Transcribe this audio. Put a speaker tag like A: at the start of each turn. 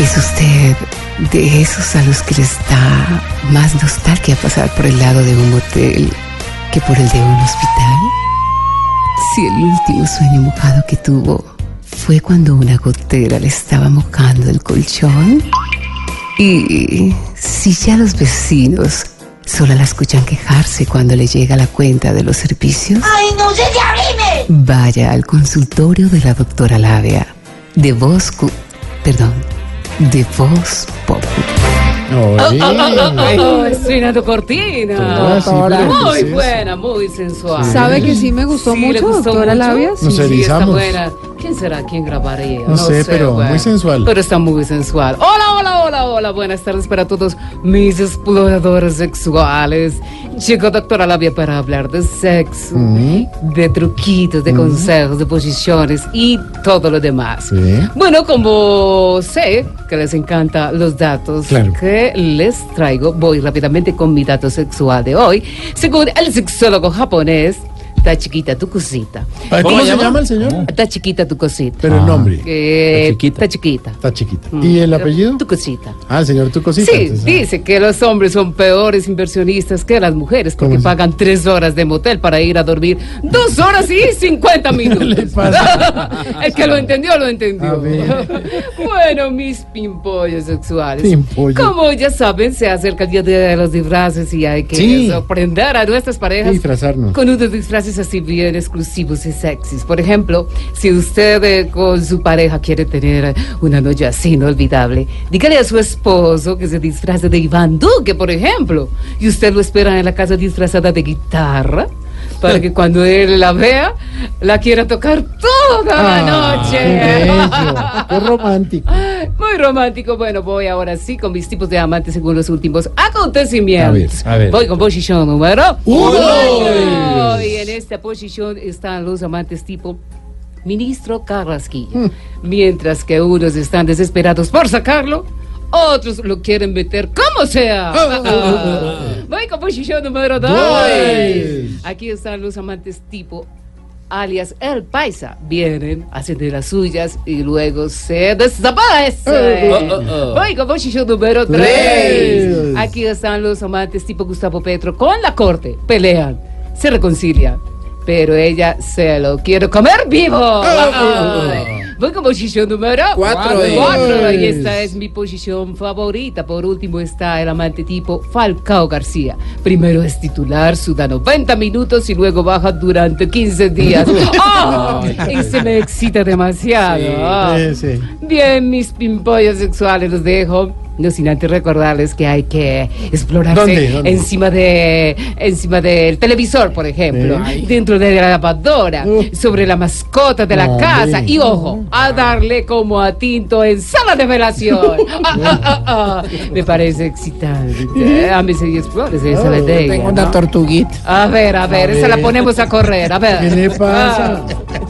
A: ¿Es usted de esos a los que les da más nostalgia pasar por el lado de un hotel que por el de un hospital? Si el último sueño mojado que tuvo fue cuando una gotera le estaba mojando el colchón. Y si ya los vecinos solo la escuchan quejarse cuando le llega la cuenta de los servicios.
B: ¡Ay, no se te arrime!
A: Vaya al consultorio de la doctora Labia. De voz... Cu perdón. De voz pop.
C: Oh,
D: Oh, oh, oh, oh, oh, Estrina tu cortina. Muy buena, muy sensual.
E: ¿Sabe que sí me gustó
D: Sí,
E: mucho,
D: le gustó
E: doctora
D: mucho.
E: Labias?
C: Nos
D: Sí, está
C: erizamos.
D: buena. ¿Quién será quien grabaría?
C: No sé, pero
D: güey.
C: muy sensual.
D: Pero está muy sensual. Hola, hola, hola, hola. Buenas tardes para todos mis exploradores sexuales. Llegó doctora Labia para hablar de sexo, de truquitos, de consejos, de posiciones y todo lo demás.
C: Sí.
D: Bueno, como sé que les encanta los datos
C: Claro.
D: que les traigo, voy rápidamente con mi dato sexual de hoy. Según el sexólogo japonés, está chiquita tu cosita.
C: ¿Cómo, se llama el señor?
D: Está chiquita tu cosita.
C: Ah. Pero el nombre.
D: Eh,
F: Está chiquita.
D: Está chiquita.
C: Está chiquita. ¿Y el apellido?
D: Mm. Tu cosita.
C: Ah, el señor tu cosita.
D: Sí,
C: entonces, ah.
D: dice que los hombres son peores inversionistas que las mujeres
C: ¿Cómo
D: porque
C: así?
D: pagan tres horas de motel para ir a dormir dos horas y cincuenta minutos. El que lo entendió, lo
C: A
D: entendió.
C: ver.
D: Bueno, mis pimpollos sexuales.
C: Pimpollos.
D: Como ya saben, se acerca el día de los disfraces y hay que
C: Sí.
D: sorprender a nuestras parejas
C: Disfrazarnos.
D: con unos disfraces así bien exclusivos y sexys. Por ejemplo, si usted eh, con su pareja quiere tener una noche así inolvidable, dígale a su esposo que se disfrace de Iván Duque, por ejemplo, y usted lo espera en la casa disfrazada de guitarra. Para que cuando él la vea, la quiera tocar toda la noche.
C: Ah, Qué bello, qué romántico.
D: Muy romántico. Bueno, voy ahora sí con mis tipos de amantes según los últimos acontecimientos.
F: A ver, a ver.
D: Voy con posición número
C: Uno.
D: uno. Y en esta posición están los amantes tipo ministro
F: Mm.
D: Carrasquillo. Mientras que unos están desesperados por sacarlo, otros lo quieren meter como sea.
F: Ah.
D: Voy con posición número dos.
C: Dos.
D: Aquí están los amantes tipo alias El Paisa. Vienen, hacen de las suyas y luego se desaparecen.
F: Oh, oh, oh.
D: Voy con posición número
C: Tres.
D: 3. Aquí están los amantes tipo Gustavo Petro con la corte. Pelean, se reconcilian. Pero ella se lo quiere comer vivo. Ay. Voy con posición número
F: Cuatro.
D: Cuatro. Y esta es mi posición favorita. Por último está el amante tipo Falcao García. Primero es titular, suda 90 minutos y luego baja durante 15 días. ¡Ah! Y se me excita demasiado. Ah.
C: Sí, sí.
D: Bien, mis pimpollos sexuales los dejo. No sin antes recordarles que hay que explorarse
C: ¿Dónde? ¿Dónde?
D: encima de encima del televisor, por ejemplo, dentro de la lavadora,
C: Uh.
D: sobre la mascota de la
C: Hombre.
D: casa y ojo, a darle como a tinto en sala de velación. Ah, ah, ah, ah. Me parece
C: ¿Eh?
D: excitante. Ah, A mis y explores
C: Oh,
D: esa la idea, ¿no?
F: tortuguita.
D: A ver, a ver, esa la
C: ver.
D: ponemos a correr, a ver.
C: ¿Qué le pasa?
D: Ah.